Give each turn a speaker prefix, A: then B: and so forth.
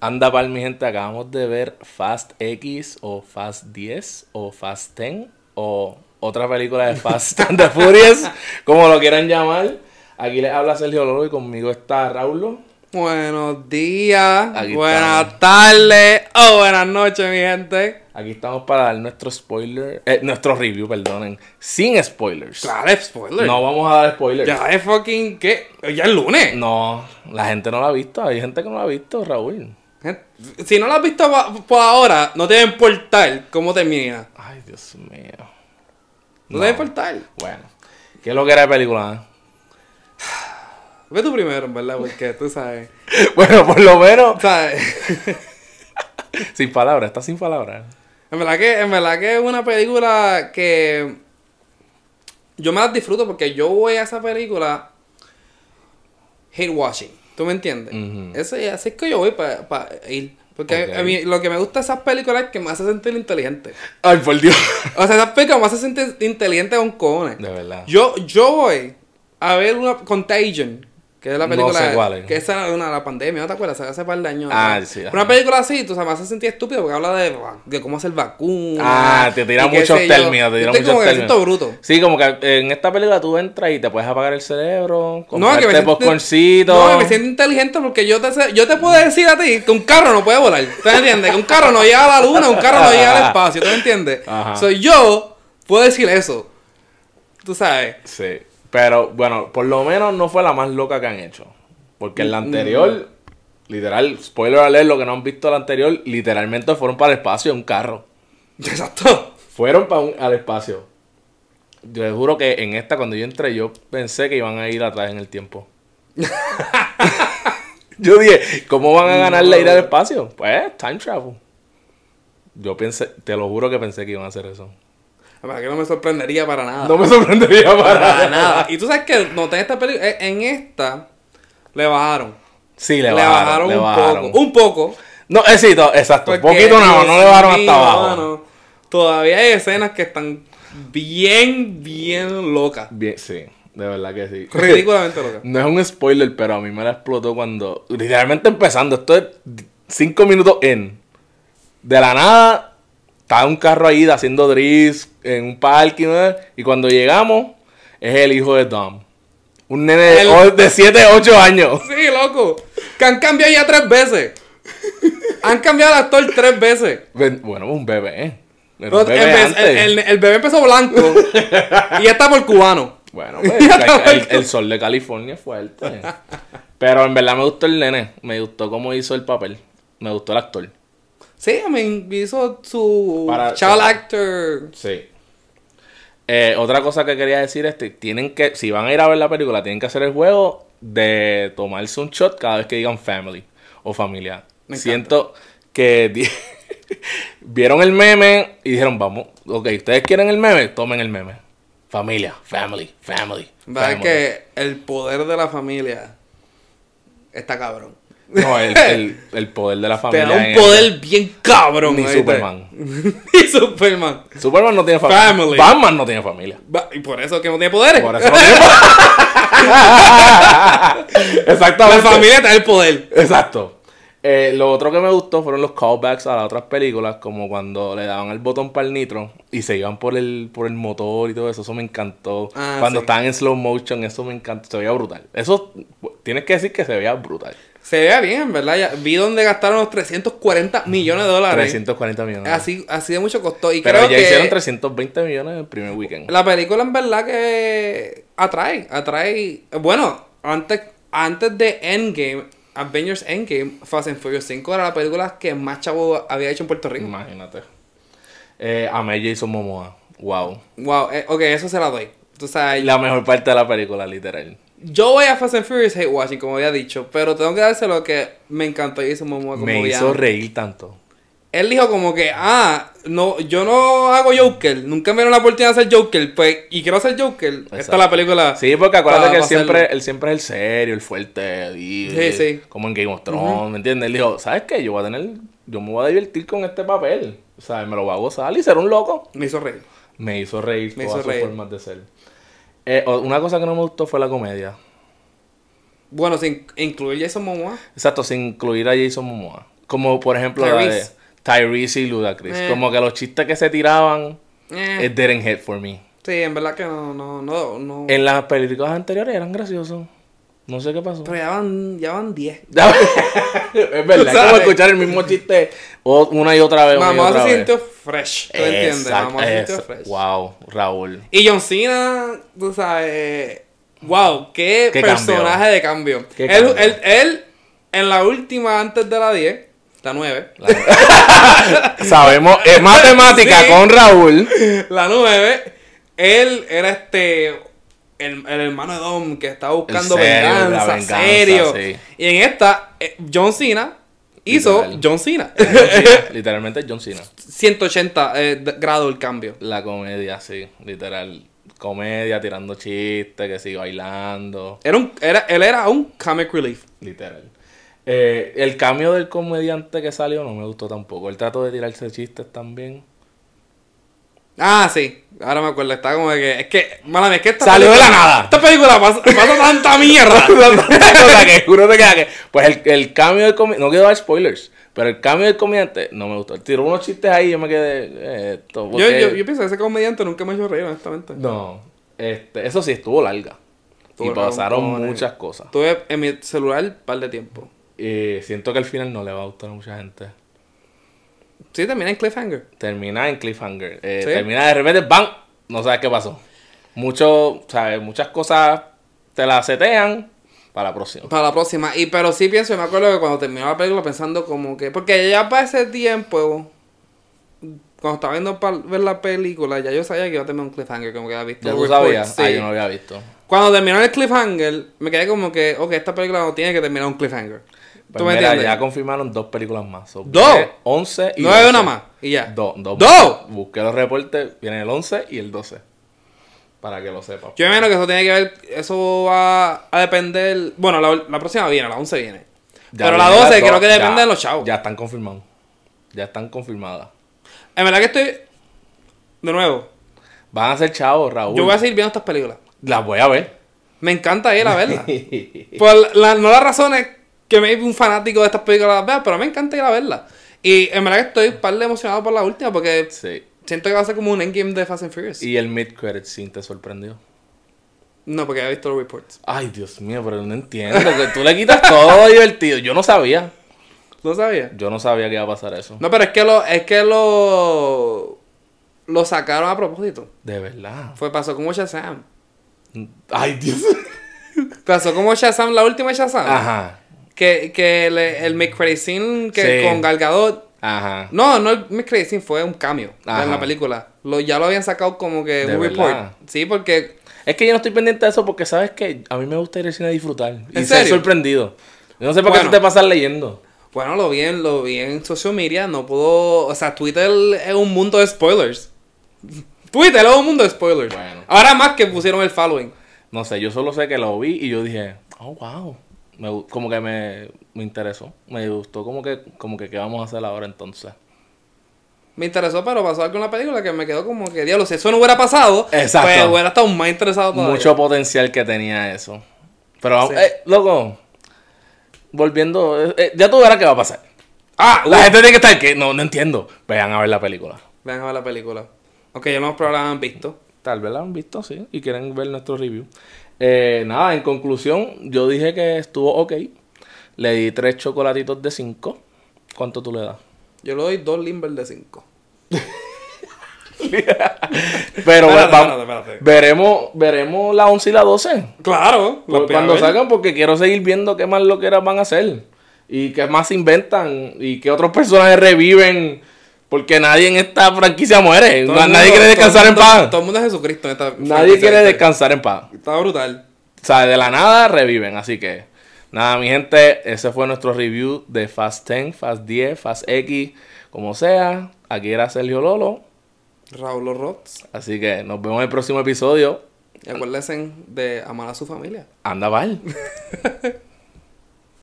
A: Anda pal, mi gente, acabamos de ver Fast X o Fast 10 o Fast 10 o otra película de Fast and the Furious, como lo quieran llamar. Aquí les habla Sergio Lolo y conmigo está Raulo.
B: Buenos días,
A: Aquí
B: buenas tardes o buenas noches, mi gente.
A: Aquí estamos para dar nuestro spoiler, eh, nuestro review, perdonen, sin spoilers.
B: Claro, spoiler.
A: No vamos a dar spoilers.
B: Ya es fucking que. Ya es lunes.
A: No, la gente no la ha visto, hay gente que no la ha visto, Raúl.
B: Si no lo has visto pa- por ahora, no te va a importar cómo termina.
A: Ay, Dios mío.
B: No, te va a importar.
A: Bueno, ¿qué es lo que era de película? eh?
B: Ve tú primero, en verdad, porque tú sabes.
A: Bueno, por lo menos,
B: ¿Sabes?
A: sin palabras, está sin palabras.
B: En verdad que, en verdad que es una película que yo me las disfruto porque yo voy a esa película hate watching. ¿Tú me entiendes?
A: Ujú.
B: Eso, así es que yo voy para ir. Porque
A: Ok.
B: a mí lo que me gusta de esas películas es que me hace sentir inteligente.
A: Ay, por Dios.
B: O sea, esas películas me hace sentir inteligente con cojones.
A: De verdad.
B: Yo, yo voy a ver una Contagion, que es la
A: No
B: película
A: sé cuál es.
B: que esa era una de la pandemia, ¿no te acuerdas? Hace par de años.
A: Ah,
B: ¿no?
A: sí,
B: Pero
A: ajá.
B: Una película así, tú sabes, me hace sentir estúpido porque habla de, de cómo hacer vacunas.
A: Ah, te
B: tiran
A: tiran muchos términos, te tiran muchos
B: como que me siento
A: términos.
B: bruto.
A: Sí, como que eh, en esta película tú entras y te puedes apagar el cerebro,
B: No, que me
A: comprarte
B: siento-
A: popcorncito.
B: No, me siento inteligente porque yo te, sé- yo te puedo decir a ti que un carro no puede volar. ¿Tú me entiendes? Que un carro no llega a la luna, un carro no llega al espacio. ¿Tú me entiendes?
A: Ajá.
B: Soy yo, puedo decir eso. Tú sabes.
A: Sí, pero bueno, por lo menos no fue la más loca que han hecho. Porque en la
B: Mm,
A: anterior, literal, spoiler alert, lo que no han visto la anterior, literalmente fueron para el espacio en un carro.
B: Exacto.
A: Fueron para un- al espacio. Yo les juro que en esta, cuando yo entré, yo pensé que iban a ir atrás en el tiempo. yo dije, ¿cómo van a ganar la ida al espacio? Pues, time travel. Yo pensé, te lo juro que pensé que iban a hacer eso.
B: Para que no me sorprendería para nada.
A: No me sorprendería para,
B: Ah. Para
A: nada.
B: nada. Y tú sabes que noté en esta película, eh, en esta le bajaron.
A: Sí, le,
B: Le
A: bajaron,
B: bajaron,
A: le
B: un
A: bajaron.
B: poco. Un poco.
A: No, eh, sí, to- exacto.
B: porque,
A: poquito nada, más, no le bajaron
B: Dios
A: hasta abajo.
B: mío, mano, todavía hay escenas que están bien, bien locas.
A: Bien, sí, de verdad que sí.
B: Ridículamente locas.
A: No es un spoiler, pero a mí me la explotó cuando. Literalmente empezando, esto es 5 minutos en. De la nada, está un carro ahí haciendo drift en un parking. ¿no? Y cuando llegamos, es el hijo de Tom. Un nene de-
B: El-
A: o- de 7, 8 años.
B: Sí, loco. Que han cambiado ya tres veces. Han cambiado el actor tres veces.
A: Ven- Bueno, un bebé, ¿eh? Era
B: Pero
A: un bebé
B: empe-
A: antes.
B: el, el- el bebé empezó blanco y ya está por cubano.
A: Bueno, pues, el, el- el sol de California es fuerte. Pero en verdad me gustó el nene. Me gustó cómo hizo el papel. Me gustó el actor.
B: Sí, me hizo su
A: Para-
B: child actor.
A: Sí. Eh, otra cosa que quería decir es que tienen que, si van a ir a ver la película, tienen que hacer el juego de tomarse un shot cada vez que digan family o familia.
B: Me encanta.
A: Siento que di- vieron el meme y dijeron, vamos, ok, ustedes quieren el meme, tomen el meme. Familia, family, family.
B: ¿Verdad
A: family.
B: que el poder de la familia está cabrón?
A: No, el, el- el poder de la familia.
B: Te da un
A: en
B: poder bien cabrón.
A: Ni
B: ¿oíste?
A: Superman.
B: Ni Superman.
A: el- Superman no tiene familia.
B: Family.
A: Batman no tiene familia.
B: Va- Y por eso que no tiene poderes.
A: Por eso no tiene familia.
B: la
A: Exactamente.
B: familia te da el poder.
A: Exacto. Eh, lo otro que me gustó fueron los callbacks a las otras películas, como cuando le daban el botón para el nitro y se iban por el, por el motor y todo eso, eso me encantó.
B: Ah,
A: cuando
B: sí.
A: estaban en slow motion, eso me encantó, se veía brutal. Eso, tienes que decir que se veía brutal.
B: Se vea bien, en ¿verdad? Ya vi donde gastaron los 340 millones de dólares.
A: 340 millones.
B: Así, así de mucho costó. Y
A: Pero
B: creo
A: ya
B: que
A: hicieron 320 millones en el primer weekend.
B: la película en verdad que atrae, atrae. Bueno, antes, antes de Endgame, Avengers Endgame, Fast and Furious 5 era la película que más chavo había hecho en Puerto Rico.
A: Imagínate. Eh, amé Jason Momoa. Wow.
B: Wow, eh, ok, eso se la doy. O sea,
A: Mm. La mejor parte de la película, literal.
B: yo voy a Fast and Furious hate watching, como había dicho, pero tengo que dárselo que me encantó Jason Momoa como
A: Me
B: villano.
A: hizo reír tanto.
B: Él dijo como que, ah, no, yo no hago Joker, nunca me dieron la oportunidad de hacer Joker, pues, y quiero hacer Joker, esta
A: Exacto.
B: es la película.
A: Sí, porque acuérdate
B: para-
A: que él
B: para
A: siempre,
B: hacerlo.
A: él siempre es el serio, el fuerte, y-
B: Sí, sí.
A: como en Game of Thrones, ¿me entiendes? Él dijo, ¿sabes qué? Yo voy a tener, yo me voy a divertir con este papel, o sea, me lo voy a gozar y ser un loco.
B: Me hizo reír.
A: Me hizo reír
B: Me
A: todas
B: hizo
A: sus
B: reír.
A: formas de ser. Eh, o- una cosa que no me gustó fue la comedia.
B: Bueno, sin incluir Jason Momoa.
A: Exacto, sin incluir a Jason Momoa. Como por ejemplo la de
B: Tyrese.
A: Tyrese y Ludacris.
B: Eh.
A: Como que los chistes que se tiraban,
B: Eh,
A: it didn't hit for me.
B: sí, en verdad que no, no, no, no.
A: En las películas anteriores eran graciosos. No sé qué pasó.
B: Pero ya van, ya van 10.
A: es
B: Tú
A: verdad, es como
B: sabes.
A: escuchar el mismo chiste o- una y otra vez. Una y
B: Mamá
A: otra
B: se
A: vez.
B: sintió fresh, ¿tú entiendes? Mamá se sintió fresh.
A: Wow, Raúl.
B: Y John Cena, tú sabes. Wow, qué,
A: Qué
B: personaje
A: cambio.
B: de cambio.
A: Qué
B: él,
A: cambio.
B: Él, él, en la última antes de la 10, la 9.
A: Sabemos, es matemática
B: Sí.
A: con Raúl.
B: La 9, él era este. El, el hermano de Dom que estaba buscando
A: serio, la
B: venganza,
A: venganza,
B: serio.
A: sí.
B: Y en esta, eh, John Cena hizo
A: Literal.
B: John Cena.
A: John Cena, Literalmente John Cena.
B: 180 eh, de- grados el cambio.
A: La comedia, sí, literal. Comedia, tirando chistes, que sí, bailando.
B: Era un, era, él era un comic relief.
A: Literal. Eh, el cambio del comediante que salió no me gustó tampoco. El trato de tirarse chistes también.
B: Ah, sí. Ahora me acuerdo. Estaba como de que. Es que, mala mía, es que esta
A: Salió de
B: película-
A: la nada.
B: Esta película pasa, pasa tanta mierda.
A: o sea, que juro te queda que. Pues el, el cambio del comediante. No quiero dar spoilers, pero el cambio del comediante no me gustó. Tiró unos chistes ahí y yo me quedé. eh, esto,
B: yo,
A: porque-
B: yo, yo pienso que ese comediante nunca me ha hecho reír, honestamente.
A: No. Este, eso sí, estuvo larga.
B: Estuvo
A: y pasaron
B: roncona.
A: muchas cosas.
B: Estuve en mi celular un par de tiempo.
A: Eh, siento que al final no le va a gustar a mucha gente.
B: Sí, también en Cliffhanger.
A: Termina en cliffhanger. Eh,
B: Sí.
A: Termina de repente, ¡bam! No sabes qué pasó. Mucho, ¿sabes? Muchas cosas te las setean para la próxima.
B: Para la próxima. Y pero sí pienso, me acuerdo que cuando terminó la película pensando como que. Porque ya para ese tiempo. Cuando estaba viendo pa- ver la película, ya yo sabía que iba a tener un cliffhanger, como que había visto
A: ¿Ya tú
B: reports,
A: sabías?
B: sí.
A: Ah, yo no lo había visto.
B: Cuando terminó el cliffhanger, me quedé como que, ok, esta película no tiene que terminar un cliffhanger.
A: Pues
B: ¿Tú me
A: mira,
B: entiendes?
A: ya confirmaron dos películas más. Son
B: ¿Dos?
A: 11 y
B: No hay
A: 12.
B: una más. Y ya.
A: Dos. Dos.
B: ¡Dos!
A: Busqué los reportes. Vienen el 11 y el 12. Para que lo sepas.
B: Yo imagino que eso tiene que ver, eso va a depender. Bueno, la, la próxima viene, la 11 viene.
A: Ya
B: Pero la
A: vienen las
B: 12 creo
A: dos,
B: que
A: ya-
B: depende de los chavos.
A: Ya están confirmados. Ya están confirmadas.
B: En verdad que estoy. De nuevo,
A: Van a ser chavos, Raúl.
B: yo voy a seguir viendo estas películas.
A: Las voy a ver.
B: Me encanta ir a verlas. Por Pues la- no las razones que me un fanático de estas películas las vea, pero me encanta ir a verlas. Y en verdad que estoy un par de emocionado por la última porque
A: sí.
B: siento que va a ser como un endgame de Fast and Furious.
A: Y el mid-credit scene te sorprendió.
B: No, porque había visto los reports.
A: Ay, Dios mío, pero no entiendo. Que tú le quitas todo divertido. Yo no sabía.
B: No sabía.
A: Yo no sabía que iba a pasar eso.
B: No, pero es que lo, es que lo, lo sacaron a propósito.
A: De verdad.
B: Fue, pasó como Shazam.
A: Ay, Dios.
B: Pasó como Shazam, la última Shazam.
A: Ajá.
B: Que, que le- el mid scene que
A: Sí.
B: con Galgadot.
A: Ajá.
B: No, no el mid scene, fue un cambio
A: Ajá.
B: en la película. Lo, ya lo habían sacado como que
A: De
B: un
A: verdad.
B: report. Sí, porque
A: Es que yo no estoy pendiente de eso porque sabes que a mí me gusta ir al cine a disfrutar. Y
B: ¿En
A: ser
B: serio?
A: sorprendido. Yo no sé por qué
B: Bueno.
A: tú te pasas leyendo.
B: Bueno, lo vi en, lo vi en social media, no puedo... O sea, Twitter es un mundo de spoilers. Twitter es un mundo de spoilers.
A: Bueno.
B: Ahora más que pusieron el following.
A: No sé, yo solo sé que lo vi y yo dije, oh, wow. Me gu- como que me, me interesó. Me gustó como que, como que qué vamos a hacer ahora entonces.
B: Me interesó, pero pasó algo en la película que me quedó como que, diablo, si eso no hubiera pasado,
A: Exacto.
B: pues hubiera estado más interesado todavía.
A: Mucho potencial que tenía eso. Pero, vamos-
B: eh. Sí.
A: eh, loco, volviendo, eh, eh, ya tú verás qué va a pasar.
B: Ah,
A: La gente tiene que estar que no, no entiendo. Vayan a ver la película.
B: Vean a ver la película. Aunque ya no probablemente la han visto.
A: Tal vez la han visto, sí, y quieren ver nuestro review. Eh, nada, en conclusión, yo dije que estuvo ok. Le di tres chocolatitos de cinco. ¿Cuánto tú le das?
B: Yo le doy dos Limber de cinco.
A: Pero
B: Espérate,
A: va-
B: espérate, espérate.
A: veremos veremos la 11 y la 12.
B: Claro.
A: Cu-
B: los Pues voy a
A: Cuando
B: ver.
A: salgan, porque quiero seguir viendo qué más lo que van a hacer. Y qué más se inventan. Y qué otros personajes reviven. Porque nadie en esta franquicia muere.
B: Todo
A: Na-
B: el
A: nadie
B: mundo-
A: quiere descansar
B: todo
A: en
B: el mundo-
A: paz.
B: Todo el mundo es Jesucristo en esta
A: Nadie quiere
B: esta-
A: descansar en paz.
B: Está brutal.
A: O sea, de la nada reviven. Así que, nada, mi gente, ese fue nuestro review de Fast 10, Fast 10, Fast X, como sea. Aquí era Sergio Lolo.
B: Raúl Rots.
A: Así que nos vemos en el próximo episodio.
B: Y acuérdense de amar a su familia.
A: Anda, bye.